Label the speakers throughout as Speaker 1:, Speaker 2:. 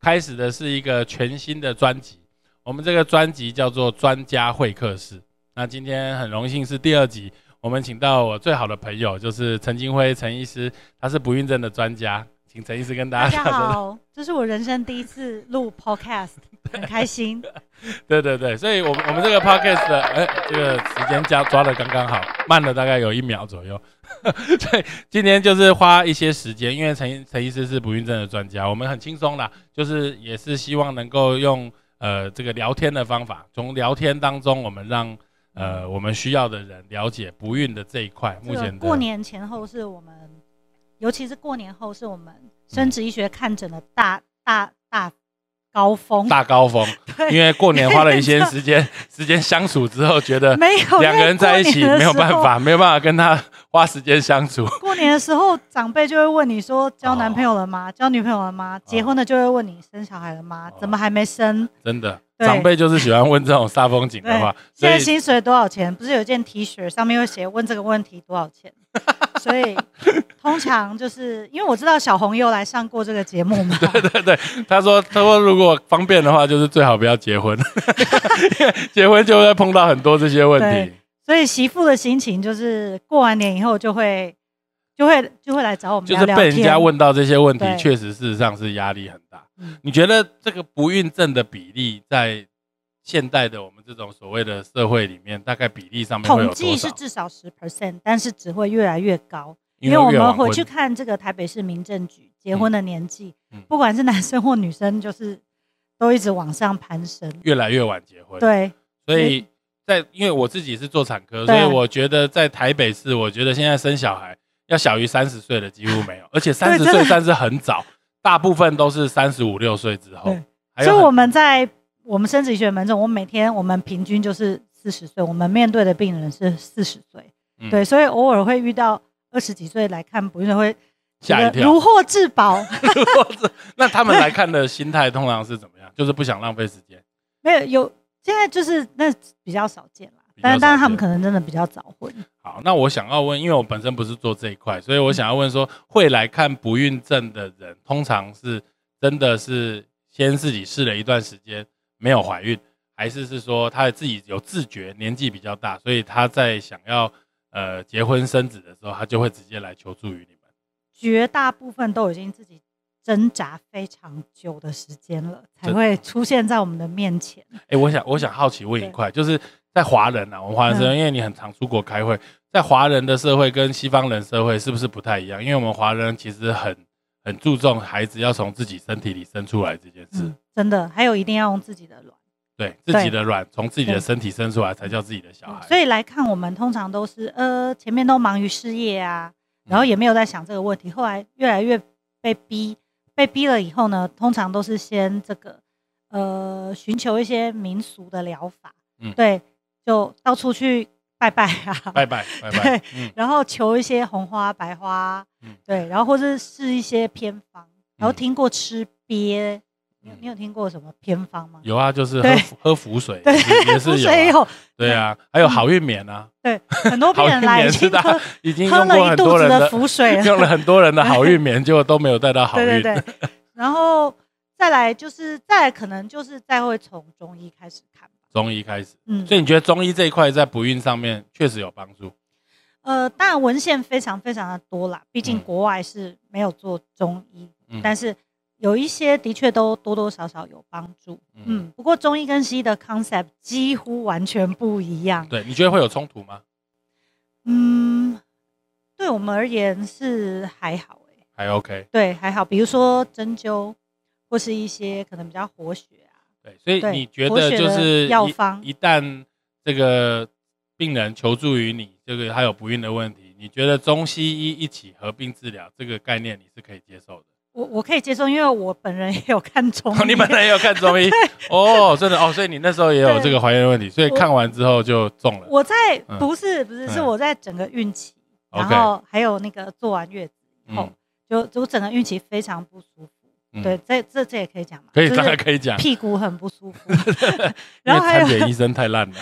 Speaker 1: 开始的是一个全新的专辑，我们这个专辑叫做《专家会客室》。那今天很荣幸是第二集，我们请到我最好的朋友，就是陈金辉陈医师，他是不孕症的专家，请陈医师跟大
Speaker 2: 大
Speaker 1: 家
Speaker 2: 家
Speaker 1: 打声
Speaker 2: 好，这是我人生第一次录 podcast，很开心。
Speaker 1: 对对对，所以我们我们这个 podcast 的，哎、这个时间加抓的刚刚好，慢了大概有一秒左右。 所以今天就是花一些时间，因为陈陈医师是不孕症的专家，我们很轻松啦，就是也是希望能够用呃这个聊天的方法，从聊天当中我们让呃我们需要的人了解不孕的这一块。
Speaker 2: 这
Speaker 1: 目
Speaker 2: 个
Speaker 1: 前的
Speaker 2: 过年前后是我们，尤其是过年后是我们生殖医学看诊的大大大高峰。
Speaker 1: 大高峰，因
Speaker 2: 对，
Speaker 1: 为过年花了一些时间时间相处之后，觉得
Speaker 2: 没有
Speaker 1: 两个人在一起
Speaker 2: 因为
Speaker 1: 没有
Speaker 2: 过
Speaker 1: 办
Speaker 2: 年的时候
Speaker 1: 法，没有办法跟他花时间相处。
Speaker 2: 过年的时候，长辈就会问你说交男朋友了吗？交女朋友了吗？结婚的就会问你生小孩了吗
Speaker 1: 哦？
Speaker 2: 怎么还没生？
Speaker 1: 真的，
Speaker 2: 对
Speaker 1: 长辈就是喜欢问这种煞风景的话，所
Speaker 2: 现在
Speaker 1: 以
Speaker 2: 薪水多少钱？不是有件 T 恤上面会写问这个问题多少钱？ 所以通常就是因为我知道小红又来上过这个节目 嘛，
Speaker 1: 他说他说如果方便的话，就是最好不要结 婚，因为结婚就会碰到很多这些问题
Speaker 2: 对。所以媳妇的心情就是过完年以后就会就会就会来找我们
Speaker 1: 就是
Speaker 2: 聊聊
Speaker 1: 被
Speaker 2: 天。
Speaker 1: 人家问到这些问题，
Speaker 2: 对
Speaker 1: 确实事实上是压力很大
Speaker 2: 嗯。
Speaker 1: 你觉得这个不孕症的比例在现代的我们这种所谓的社会里面，大概比例上面会有多
Speaker 2: 统计
Speaker 1: 少
Speaker 2: 是？至少十 percent，但是只会越来越高，因
Speaker 1: 越
Speaker 2: 为我
Speaker 1: 往
Speaker 2: 们回
Speaker 1: 婚
Speaker 2: 去看这个台北市民政局结婚的年纪，
Speaker 1: 嗯嗯
Speaker 2: 不管是男生或女生，就是都一直往上攀升。
Speaker 1: 越来越晚结婚，
Speaker 2: 对，
Speaker 1: 所以在因为我自己是做产科，所
Speaker 2: 对
Speaker 1: 以我觉得在台北市，我觉得现在生小孩要小于三十岁的几乎没有，而且三十
Speaker 2: 真
Speaker 1: 岁
Speaker 2: 的
Speaker 1: 算是很早，大部分都是三十五六岁之后
Speaker 2: 对。
Speaker 1: 还有
Speaker 2: 所以
Speaker 1: 很
Speaker 2: 我们在我们生殖医学门诊，我每天我们平均就是四十岁，我们面对的病人是四十岁，
Speaker 1: 嗯
Speaker 2: 对，所以偶尔会遇到二十几岁来看不孕的会觉
Speaker 1: 吓一
Speaker 2: 得
Speaker 1: 跳
Speaker 2: 如，获至宝。
Speaker 1: 那他们来看的心态通常是怎么样？就是不想浪费时间，
Speaker 2: 没有有现在就是那比较少见啦，
Speaker 1: 比较少
Speaker 2: 但
Speaker 1: 见
Speaker 2: 但是他们可能真的比较早婚，
Speaker 1: 好，那我想要问，因为我本身不是做这一块，所以我想要问说，会来看不孕症的人，通常是真的是先自己试了一段时间没有怀孕，还是是说他自己有自觉，年纪比较大，所以他在想要呃结婚生子的时候，他就会直接来求助于你们。
Speaker 2: 绝大部分都已经自己。挣扎非常久的时间了，才会出现在我们的面前。
Speaker 1: 哎、我想我想好奇问一
Speaker 2: 嗯对嗯
Speaker 1: 块，就是在华人啊，我们华人社会，因为你很常出国开会，在华人的社会跟西方人社会是不是不太一样？因为我们华人其实很很注重孩子要从自己身体里生出来这件事，
Speaker 2: 嗯，真的，还有一定要用自己的卵。
Speaker 1: 对自己的卵从自己的身体生出来才叫自己的小孩。
Speaker 2: 嗯所以来看我们通常都是呃前面都忙于事业啊，
Speaker 1: 嗯
Speaker 2: 然后也没有在想这个问题，后来越来越被逼，被逼了以后呢，通常都是先这个呃寻求一些民俗的疗法，
Speaker 1: 嗯
Speaker 2: 对，就到处去拜拜啊，
Speaker 1: 拜拜拜拜
Speaker 2: 对，
Speaker 1: 嗯，
Speaker 2: 然后求一些红花白花，
Speaker 1: 嗯
Speaker 2: 对，然后或者是一些偏方，然后
Speaker 1: 嗯
Speaker 2: 听过吃鳖，你有
Speaker 1: 嗯
Speaker 2: 你有听过什么偏方吗？
Speaker 1: 有啊，就是喝
Speaker 2: 对
Speaker 1: 符喝符水，
Speaker 2: 对
Speaker 1: 也是
Speaker 2: 不
Speaker 1: 也
Speaker 2: 是
Speaker 1: 是
Speaker 2: 也
Speaker 1: 有啊，
Speaker 2: 有，
Speaker 1: 对啊，还有好运棉啊，
Speaker 2: 对，很多病
Speaker 1: 好运
Speaker 2: 人来已
Speaker 1: 棉是
Speaker 2: 经
Speaker 1: 大
Speaker 2: 喝
Speaker 1: 家已经
Speaker 2: 喝
Speaker 1: 用过
Speaker 2: 了一
Speaker 1: 很
Speaker 2: 肚
Speaker 1: 多
Speaker 2: 子
Speaker 1: 人
Speaker 2: 的
Speaker 1: 的
Speaker 2: 符水了，
Speaker 1: 用 了很多人的好运棉，结果都没有带到好
Speaker 2: 对
Speaker 1: 运。
Speaker 2: 对对，然后再来就是再来可能就是再会从中医开始看吧，
Speaker 1: 中医开始。
Speaker 2: 嗯
Speaker 1: 所，以你觉得中医这一块在不孕上面确实有帮助？
Speaker 2: 呃，当然文献非常非常的多啦，毕竟
Speaker 1: 嗯
Speaker 2: 国外是没有做中医，
Speaker 1: 嗯
Speaker 2: 但是有一些的确都多多少少有帮助，
Speaker 1: 嗯
Speaker 2: 嗯，不过中医跟西医的 concept 几乎完全不一样，
Speaker 1: 对，你觉得会有冲突吗？
Speaker 2: 嗯，对我们而言是还好欸
Speaker 1: 还 OK。
Speaker 2: 对还好，比如说针灸或是一些可能比较活血啊。
Speaker 1: 对，所以
Speaker 2: 对
Speaker 1: 你觉
Speaker 2: 活
Speaker 1: 得
Speaker 2: 血
Speaker 1: 就
Speaker 2: 的
Speaker 1: 是
Speaker 2: 药
Speaker 1: 一
Speaker 2: 方
Speaker 1: 一旦这个病人求助于你，这个他有不孕的问题，你觉得中西医一起合并治疗这个概念你是可以接受的？
Speaker 2: 我我可以接受，因为我本人也有看 中医。
Speaker 1: 哦你本来也有看中医哦，真的哦，所以你那时候也有这个怀孕的问题，所以看完之后就中了。
Speaker 2: 我在
Speaker 1: 嗯
Speaker 2: 不是不是是
Speaker 1: 嗯
Speaker 2: 我在整个孕期，然
Speaker 1: OK
Speaker 2: 后还有那个做完月子以后
Speaker 1: 嗯，
Speaker 2: 就就我整个孕期非常不舒
Speaker 1: 嗯
Speaker 2: 服。对，这这这也可以讲嘛，
Speaker 1: 可以，
Speaker 2: 就
Speaker 1: 当然
Speaker 2: 是
Speaker 1: 可以讲，
Speaker 2: 屁股很不 舒服，
Speaker 1: 因
Speaker 2: 然
Speaker 1: 为
Speaker 2: 后还
Speaker 1: 产
Speaker 2: 有
Speaker 1: 检医生太烂了。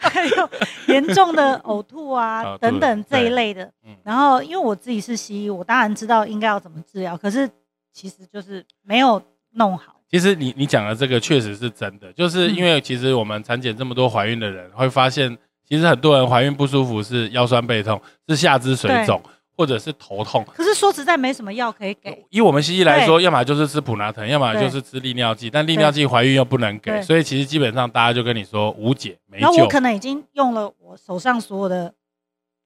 Speaker 2: 还有严重的呕 吐
Speaker 1: 啊
Speaker 2: 啊等等
Speaker 1: 对
Speaker 2: 这一类的
Speaker 1: 嗯。
Speaker 2: 然后因为我自己是西医，我当然知道应该要怎么治疗，可是其实就是没有弄好。
Speaker 1: 其实你你讲的这个确实是真的，就是
Speaker 2: 嗯
Speaker 1: 因为其实我们产检这么多怀孕的人，会发现其实很多人怀孕不舒服是腰酸背痛，是下肢水肿，或者是头痛。
Speaker 2: 可是说实在没什么药可以给，
Speaker 1: 以我们西医来说，要么就是吃普拿疼，要么就是吃利尿剂，但利尿剂怀孕又不能给，
Speaker 2: 对
Speaker 1: 所以其实基本上大家就跟你说无解没
Speaker 2: 然后我
Speaker 1: 救，
Speaker 2: 可能已经用了我手上所有的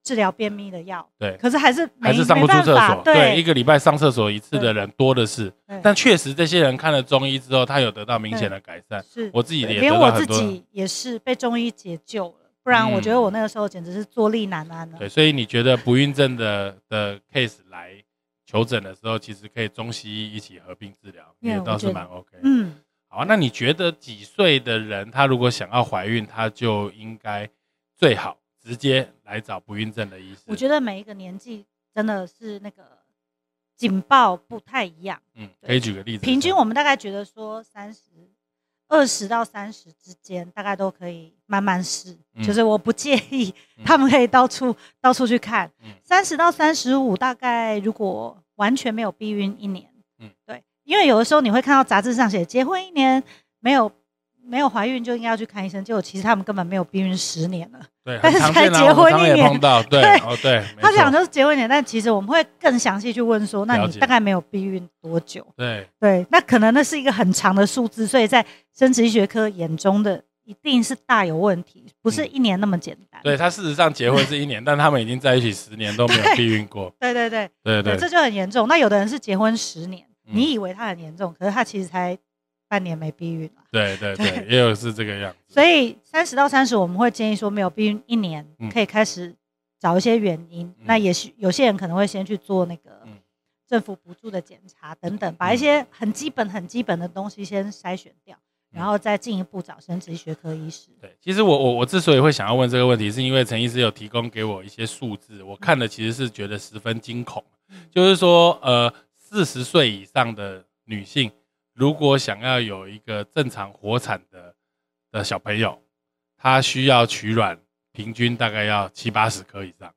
Speaker 2: 治疗便秘的药，
Speaker 1: 对
Speaker 2: 可是还是没
Speaker 1: 还是上不出
Speaker 2: 没
Speaker 1: 厕
Speaker 2: 办
Speaker 1: 所
Speaker 2: 法。
Speaker 1: 对，一
Speaker 2: 对，
Speaker 1: 个礼拜上厕所一次的人多的是
Speaker 2: 对，
Speaker 1: 但确实这些人看了中医之后，他有得到明显的改善。
Speaker 2: 是
Speaker 1: 我自己也
Speaker 2: 对
Speaker 1: 得
Speaker 2: 连
Speaker 1: 到
Speaker 2: 我
Speaker 1: 很
Speaker 2: 自
Speaker 1: 多
Speaker 2: 己也是被中医解救了，不然我觉得
Speaker 1: 嗯
Speaker 2: 我那个时候简直是坐立难安啊了。
Speaker 1: 对，所以你觉得不孕症的的 case 来求诊的时候，其实可以中西医一起合并治疗，
Speaker 2: 嗯
Speaker 1: 也倒是
Speaker 2: 我觉得
Speaker 1: 蛮 OK。
Speaker 2: 嗯，
Speaker 1: 好，那你觉得几岁的人，他如果想要怀孕，他就应该最好直接来找不孕症的医师？
Speaker 2: 我觉得每一个年纪真的是那个警报不太一样。
Speaker 1: 嗯，可以举个例子说，
Speaker 2: 平均我们大概觉得说三十二十到三十之间，大概都可以慢慢试，
Speaker 1: 嗯
Speaker 2: 就是我不介意
Speaker 1: 嗯
Speaker 2: 他们可以到处 到处去看
Speaker 1: 嗯。
Speaker 2: 三十到三十五，大概如果完全没有避孕一年，
Speaker 1: 嗯
Speaker 2: 嗯，对，因为有的时候你会看到杂志上写结婚一年没有。没有怀孕就应该要去看医生，结果其实他们根本没有避孕十年了。
Speaker 1: 对，
Speaker 2: 但
Speaker 1: 很
Speaker 2: 是
Speaker 1: 常
Speaker 2: 才
Speaker 1: 见啊，
Speaker 2: 结
Speaker 1: 我们
Speaker 2: 婚
Speaker 1: 常常
Speaker 2: 一
Speaker 1: 也
Speaker 2: 年
Speaker 1: 碰到，对
Speaker 2: 对，
Speaker 1: 哦，对，没
Speaker 2: 他讲
Speaker 1: 错，
Speaker 2: 就是结婚一年，但其实我们会更详细去问说，那
Speaker 1: 了
Speaker 2: 你
Speaker 1: 解
Speaker 2: 大概没有避孕多久？
Speaker 1: 对，
Speaker 2: 对，那可能那是一个很长的数字，所以在生殖医学科眼中的一定是大有问题，不是一年那么简单。
Speaker 1: 嗯对他事实上结婚是一年，但他们已经在一起十年都没有避孕过，
Speaker 2: 对对对
Speaker 1: 对
Speaker 2: 对
Speaker 1: 对，
Speaker 2: 这就很严重。那有的人是结婚十年，
Speaker 1: 嗯
Speaker 2: 你以为他很严重，可是他其实才半年没避孕了。
Speaker 1: 对对对，也有是这个样子，
Speaker 2: 所以三十到三十，我们会建议说，没有避孕一年
Speaker 1: 嗯
Speaker 2: 可以开始找一些原因。那也许有些人可能会先去做那个
Speaker 1: 嗯
Speaker 2: 政府补助的检查等等，把一些很基本、很基本的东西先筛选掉，然
Speaker 1: 嗯
Speaker 2: 后再进一步找生殖医学科医师。
Speaker 1: 对，其实我我我之所以会想要问这个问题，是因为陈医师有提供给我一些数字，我看了其实是觉得十分惊恐，就是说，呃，四十岁以上的女性，如果想要有一个正常活产的的小朋友，她需要取卵，平均大概要七八十颗以上，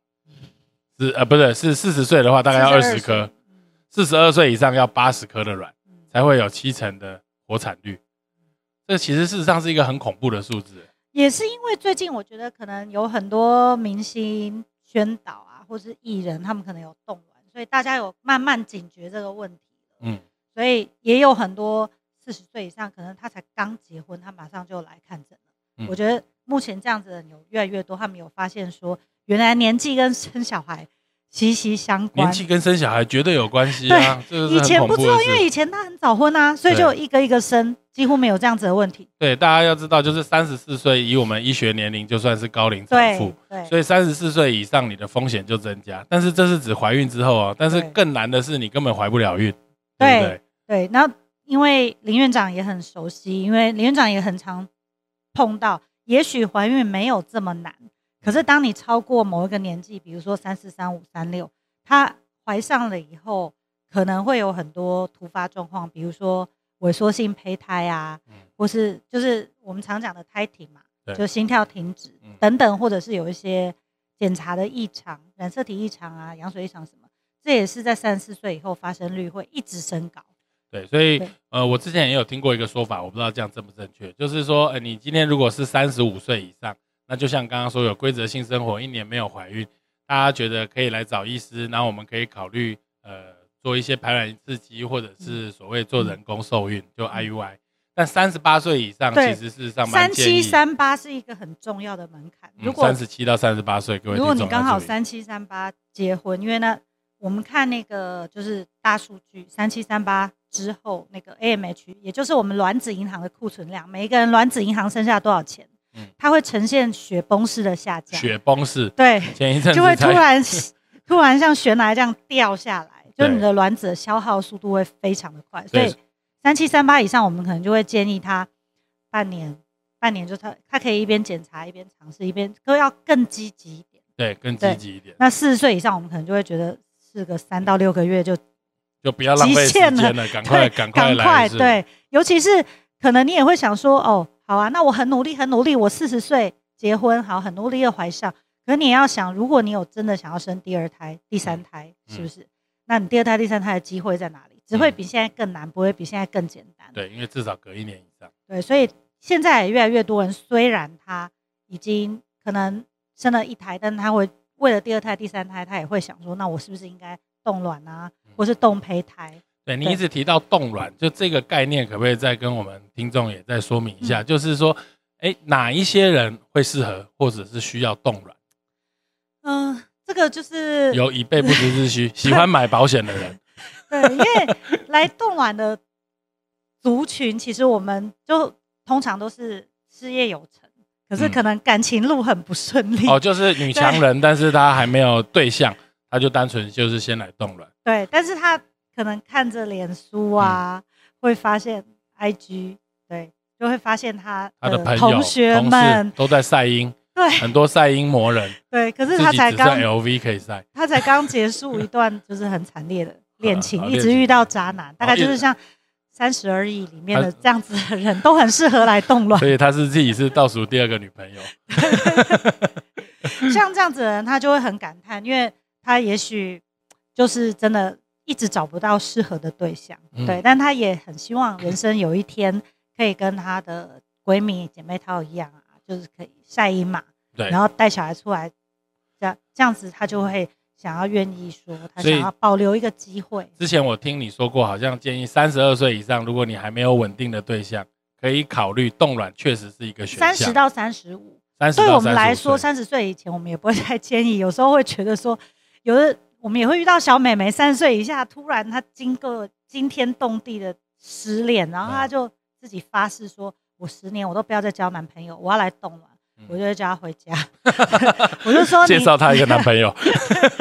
Speaker 1: 是呃不是是四十岁的嗯话，大概要二
Speaker 2: 42
Speaker 1: 十颗
Speaker 2: 岁，
Speaker 1: 四十二岁以上要八十颗的卵，
Speaker 2: 嗯
Speaker 1: 才会有七成的活产率。这其实事实上是一个很恐怖的数字。
Speaker 2: 也是因为最近我觉得可能有很多明星宣导啊，或是艺人，他们可能有动卵，所以大家有慢慢警觉这个问题了。
Speaker 1: 嗯，
Speaker 2: 所以也有很多四十岁以上，可能他才刚结婚，他马上就来看诊了。
Speaker 1: 嗯
Speaker 2: 我觉得目前这样子的人有越来越多，他们有发现说，原来年纪跟生小孩息息相
Speaker 1: 年
Speaker 2: 关。
Speaker 1: 纪跟生小孩绝对有关系啊，这个
Speaker 2: 以
Speaker 1: 是
Speaker 2: 前
Speaker 1: 很
Speaker 2: 不
Speaker 1: 恐
Speaker 2: 知
Speaker 1: 怖的
Speaker 2: 道，因为
Speaker 1: 事。
Speaker 2: 以前他很早婚啊，所以就有一个一个生，几乎没有这样子的问题。
Speaker 1: 对，大家要知道，就是三十四岁，以我们医学年龄就算是高龄产
Speaker 2: 对
Speaker 1: 妇，
Speaker 2: 对
Speaker 1: 所以三十四岁以上你的风险就增加。但是这是指怀孕之后啊，但是
Speaker 2: 对
Speaker 1: 更难的是你根本怀不了孕，
Speaker 2: 对
Speaker 1: 对不对？
Speaker 2: 对，那因为林院长也很熟悉，因为林院长也很常碰到，也许怀孕没有这么难，可是当你超过某一个年纪，比如说三四、三五、三六，她怀上了以后，可能会有很多突发状况，比如说萎缩性胚胎啊，
Speaker 1: 嗯
Speaker 2: 或是就是我们常讲的胎停嘛
Speaker 1: 对，
Speaker 2: 就心跳停止
Speaker 1: 嗯
Speaker 2: 等等，或者是有一些检查的异常、染色体异常啊、羊水异常什么，这也是在三十四岁以后发生率会一直升高。
Speaker 1: 对，所以
Speaker 2: 对
Speaker 1: 呃，我之前也有听过一个说法，我不知道这样正不正确，就是说，呃，你今天如果是三十五岁以上，那就像刚刚说有规则性生活，一年没有怀孕，大家觉得可以来找医师，然后我们可以考虑呃做一些排卵刺激，或
Speaker 2: 嗯
Speaker 1: 者是所谓做人工受孕，就 IUI。但三十八岁以上，其
Speaker 2: 对
Speaker 1: 实事实上蛮
Speaker 2: 三
Speaker 1: 建议嗯
Speaker 2: 七三八是一个很重要的门槛。如果、
Speaker 1: 三十七到三十八岁，各位
Speaker 2: 如果你
Speaker 1: 听众
Speaker 2: 刚
Speaker 1: 要
Speaker 2: 好
Speaker 1: 注意
Speaker 2: 三七三八结婚，因为呢，我们看那个就是大数据，三七三八之后那个 AMH，也就是我们卵子银行的库存量，每一个人卵子银行剩下多少钱，
Speaker 1: 嗯
Speaker 2: 它会呈现雪崩式的下降，
Speaker 1: 雪崩式，
Speaker 2: 对，
Speaker 1: 前一阵子
Speaker 2: 啊 就会突
Speaker 1: 才
Speaker 2: 然突然像悬崖这样掉下来，就
Speaker 1: 对
Speaker 2: 你的卵子的消耗速度会非常的快，所
Speaker 1: 对
Speaker 2: 以三七三八以上，我们可能就会建议他半年，半年就他他可以一边检查一边尝试，一边都要更积极一点。
Speaker 1: 对，更积
Speaker 2: 对
Speaker 1: 极一点，
Speaker 2: 那四十岁以上，我们可能就会觉得是个三到六个月就
Speaker 1: 就不要浪费时
Speaker 2: 极限了
Speaker 1: 间了，赶快
Speaker 2: 对
Speaker 1: 赶快
Speaker 2: 赶
Speaker 1: 来，
Speaker 2: 快
Speaker 1: 是
Speaker 2: 对，尤其是可能你也会想说，哦，好啊，那我很努力，很努力，我四十岁结婚，好，很努力的怀上。可你也要想，如果你有真的想要生第二胎、第三胎，
Speaker 1: 嗯
Speaker 2: 是不是？那你第二胎、第三胎的机会在哪里？只会比现在更难，不会比现在更简单。
Speaker 1: 对，因为至少隔一年以上，
Speaker 2: 对，所以现在也越来越多人，虽然他已经可能生了一胎，但他会为了第二胎、第三胎，他也会想说，那我是不是应该冻卵啊，
Speaker 1: 嗯
Speaker 2: 或是冻胚胎？
Speaker 1: 对你
Speaker 2: 对
Speaker 1: 一直提到冻卵，就这个概念，可不可以再跟我们听众也再说明一
Speaker 2: 嗯
Speaker 1: 下？就是说，哎，哪一些人会适合，或者是需要冻卵？
Speaker 2: 嗯、这个就是
Speaker 1: 有以备不时之需，喜欢买保险的 人，
Speaker 2: 对，因为来冻卵的族群，其实我们就通常都是事业有成，可是可能感情路很不顺利。
Speaker 1: 嗯哦，就是女强人，但是她还没有对象，她就单纯就是先来冻卵，
Speaker 2: 对，但是他可能看着脸书啊，
Speaker 1: 嗯
Speaker 2: 会发现 IG，对，就会发现他
Speaker 1: 她的朋友、
Speaker 2: 嗯同学
Speaker 1: 同事
Speaker 2: 们，
Speaker 1: 都在晒阴，
Speaker 2: 对
Speaker 1: 很多晒阴魔人，
Speaker 2: 对，可
Speaker 1: 自
Speaker 2: 是他
Speaker 1: 己
Speaker 2: 才
Speaker 1: 只
Speaker 2: 刚
Speaker 1: 剩 LV 可以晒，
Speaker 2: 他才刚结束一段就是很惨烈的恋
Speaker 1: 啊
Speaker 2: 情，
Speaker 1: 啊啊
Speaker 2: 一直
Speaker 1: 恋情
Speaker 2: 遇到渣男，大概就
Speaker 1: 一
Speaker 2: 是
Speaker 1: 直
Speaker 2: 像《三十而已》里面
Speaker 1: 他
Speaker 2: 的这样子的人，都很适合来动乱
Speaker 1: 所。以她是自己是倒数第二个女朋友。
Speaker 2: 像这样子的人，他就会很感叹，因为他也许就是真的一直找不到适合的对象，
Speaker 1: 嗯
Speaker 2: 对，但他也很希望人生有一天可以跟他的闺蜜姐妹淘一样啊，就是可以晒衣嘛，
Speaker 1: 对，
Speaker 2: 然后带小孩出来，这样这样子他就会想要愿意说，他
Speaker 1: 所以
Speaker 2: 想要保留一个机会，
Speaker 1: 之前我听你说过，好像建议三十二岁以上，如果你还没有稳定的对象，可以考虑冻卵，确实是一个选项。
Speaker 2: 三十到三十五，
Speaker 1: 三十
Speaker 2: 对
Speaker 1: 到
Speaker 2: 我们来
Speaker 1: 35
Speaker 2: 说，
Speaker 1: 岁
Speaker 2: 三十岁以前我们也不会太建议，有时候会觉得说，有的我们也会遇到小美眉三十岁以下，突然她经过惊天动地的失恋，然后她
Speaker 1: 嗯
Speaker 2: 就自己发誓说，我十年我都不要再交男朋友，我要来冻卵
Speaker 1: 嗯。
Speaker 2: 我就会叫她回家， 我就说你
Speaker 1: 介绍她一个男朋友，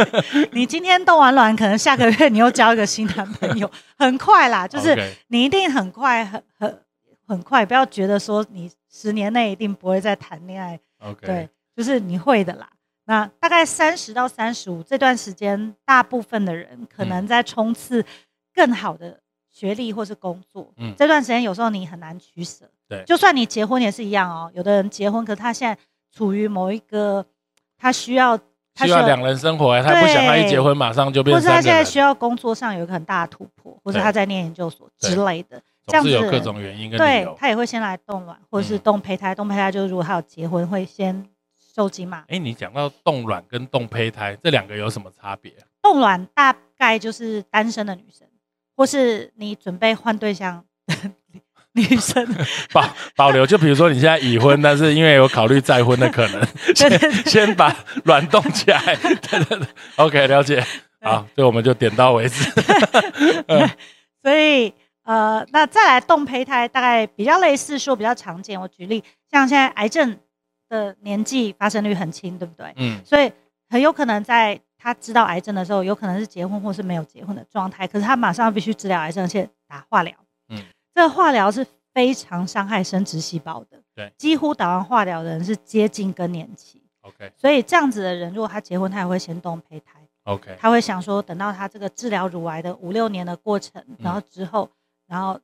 Speaker 2: 你今天冻完卵，可能下个月你又交一个新男朋友，很快啦， 就是
Speaker 1: OK，
Speaker 2: 你一定很快很很很快，不要觉得说你十年内一定不会再谈恋爱，
Speaker 1: OK，
Speaker 2: 对，就是你会的啦。那大概三十到三十五这段时间，大部分的人可能
Speaker 1: 嗯
Speaker 2: 在冲刺更好的学历或是工作。
Speaker 1: 嗯
Speaker 2: 这段时间有时候你很难取舍。
Speaker 1: 对
Speaker 2: 就算你结婚也是一样哦。有的人结婚，可是他现在处于某一个他需要，他
Speaker 1: 需要两人生活，她不想她一结婚马上就变
Speaker 2: 或是他
Speaker 1: 三个
Speaker 2: 现在
Speaker 1: 人，
Speaker 2: 需要工作上有一个很大的突破，或是
Speaker 1: 对
Speaker 2: 他在念研究所之
Speaker 1: 对
Speaker 2: 类的，
Speaker 1: 总
Speaker 2: 这样
Speaker 1: 是
Speaker 2: 子
Speaker 1: 有
Speaker 2: 的
Speaker 1: 各
Speaker 2: 人
Speaker 1: 种原因跟理
Speaker 2: 对
Speaker 1: 由。
Speaker 2: 他也会先来冻卵，或者是
Speaker 1: 嗯
Speaker 2: 冻胚胎。冻胚胎就是如果他有结婚，会先受精嘛。
Speaker 1: 哎、你讲到冻卵跟冻胚胎这两个有什么差别？
Speaker 2: 冻卵大概就是单身的女生，或是你准备换对象的 女生，
Speaker 1: 保保留，就比如说你现在已婚，但是因为有考虑再婚的可能，
Speaker 2: 对对
Speaker 1: 先先把卵冻起来。 对对对，OK，了解。好，所以我们就点到为止。
Speaker 2: 所以呃，那再来冻胚胎，大概比较类似说比较常见。我举例，像现在癌症的年纪发生率很轻，对不对？
Speaker 1: 嗯，
Speaker 2: 所以很有可能在他知道癌症的时候，有可能是结婚或是没有结婚的状态，可是他马上必须治疗癌症，而且打化疗。
Speaker 1: 嗯
Speaker 2: 嗯，这个化疗是非常伤害生殖细胞的。
Speaker 1: 对，
Speaker 2: 几乎打完化疗的人是接近更年期，
Speaker 1: OK
Speaker 2: 所以这样子的人，如果他结婚，他也会先动胚胎，
Speaker 1: OK，
Speaker 2: 他会想说，等到他这个治疗乳癌的五六年的过程，
Speaker 1: 嗯
Speaker 2: 然后之后，然后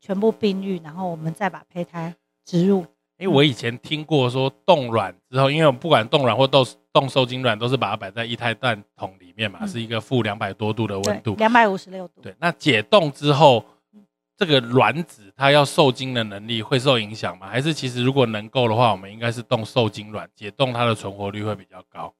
Speaker 2: 全部病愈，然后我们再把胚胎植入。
Speaker 1: 因为我以前听过说冻卵之后，因为我不管冻卵或冻冻受精卵，都是把它摆在液态氮桶里面嘛，
Speaker 2: 嗯
Speaker 1: 是一个负两百多度的温
Speaker 2: 对
Speaker 1: 度，。
Speaker 2: 两百五十六度。
Speaker 1: 对，那解冻之后，这个卵子它要受精的能力会受影响吗？还是其实如果能够的话，我们应该是冻受精卵，解冻它的存活率会比较高？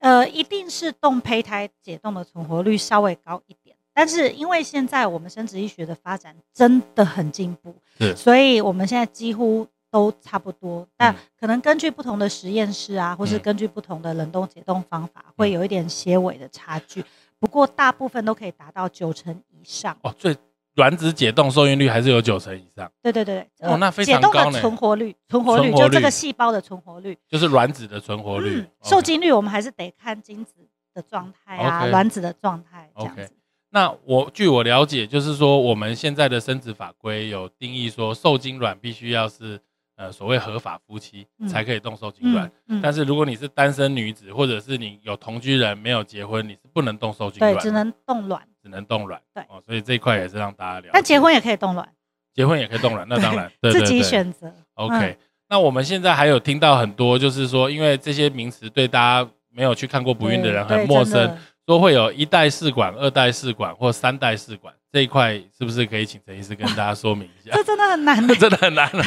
Speaker 2: 呃，一定是冻胚胎解冻的存活率稍微高一点，但是因为现在我们生殖医学的发展真的很进步
Speaker 1: 是，
Speaker 2: 所以我们现在几乎都差不多。但
Speaker 1: 嗯
Speaker 2: 可能根据不同的实验室啊，或是
Speaker 1: 嗯
Speaker 2: 根据不同的冷冻解冻方法，会有一点些微的差距。不过大部分都可以达到九成以上。
Speaker 1: 哦，最卵子解冻受孕率还是有九成以上，
Speaker 2: 对对对，
Speaker 1: 哦
Speaker 2: 呃
Speaker 1: 那非
Speaker 2: 解
Speaker 1: 常
Speaker 2: 冻
Speaker 1: 高
Speaker 2: 的
Speaker 1: 呢
Speaker 2: 存活率，存活率
Speaker 1: 存活
Speaker 2: 就这
Speaker 1: 率
Speaker 2: 个细胞的存活率。
Speaker 1: 就是卵子的存活率。
Speaker 2: 嗯，受
Speaker 1: OK
Speaker 2: 精率我们还是得看精子的状态啊
Speaker 1: OK
Speaker 2: 卵子的状态这样
Speaker 1: OK
Speaker 2: 子。
Speaker 1: 那我据我了解，就是说我们现在的生殖法规有定义说，受精卵必须要是呃所谓合法夫妻
Speaker 2: 嗯
Speaker 1: 才可以动受精卵。
Speaker 2: 嗯嗯，
Speaker 1: 但是如果你是单身女子，或者是你有同居人没有结婚，你是不能动受精卵
Speaker 2: 对，
Speaker 1: 的，
Speaker 2: 只能冻卵，
Speaker 1: 只能冻卵。
Speaker 2: 对
Speaker 1: 哦，所以这一块也是让大家了解。
Speaker 2: 但结婚也可以冻卵，
Speaker 1: 结婚也可以冻卵，那当然对对
Speaker 2: 自己
Speaker 1: 对
Speaker 2: 选嗯择。
Speaker 1: OK，、那我们现在还有听到很多，就是说，因为这些名词对大家没有去看过不孕的人
Speaker 2: 对
Speaker 1: 很陌，
Speaker 2: 对真
Speaker 1: 生，
Speaker 2: 的
Speaker 1: 说会有一代试管、二代试管或三代试管这一块，是不是可以请陈医师跟大家说明一下。
Speaker 2: 这？真的很难
Speaker 1: 真的很难 啊。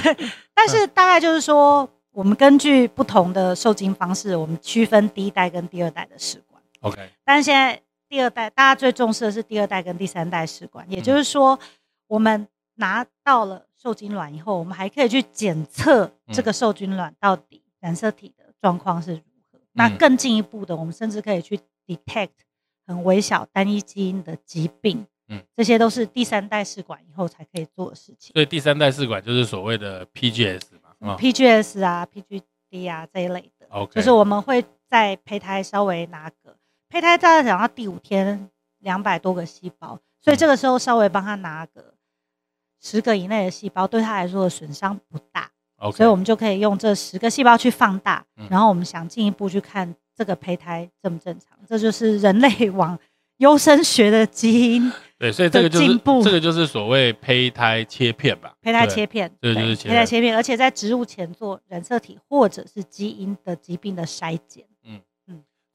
Speaker 2: 但是大概就是说，我们根据不同的受精方式，我们区分第一代跟第二代的试管。
Speaker 1: OK，
Speaker 2: 但是现在第二代大家最重视的是第二代跟第三代试管，也就是说，我们拿到了受精卵以后，我们还可以去检测这个受精卵到底染色体的状况是如何。那更进一步的，我们甚至可以去 detect 很微小单一基因的疾病。
Speaker 1: 嗯
Speaker 2: 嗯，这些都是第三代试管以后才可以做的事情。
Speaker 1: 所以第三代试管就是所谓的 PGS
Speaker 2: 嗯
Speaker 1: 嘛，啊、
Speaker 2: PGS 啊、PGD 啊这一类的。
Speaker 1: o k
Speaker 2: 就是我们会在胚胎稍微拿个胚胎大概长到第五天两百多个细胞，
Speaker 1: 嗯
Speaker 2: 所以这个时候稍微帮他拿个十个以内的细胞，对他来说的损伤不大，
Speaker 1: OK，
Speaker 2: 所以我们就可以用这十个细胞去放大
Speaker 1: 嗯，
Speaker 2: 然后我们想进一步去看这个胚胎正不正常，这就是人类 往优生学的基因
Speaker 1: 对，所以这个就
Speaker 2: 的
Speaker 1: 是
Speaker 2: 进步
Speaker 1: 这个就是所谓胚胎切片吧，
Speaker 2: 胚胎
Speaker 1: 对
Speaker 2: 切片，
Speaker 1: 这个就是切
Speaker 2: 胚胎切片，而且在植入前做染色体或者是基因的疾病的筛检。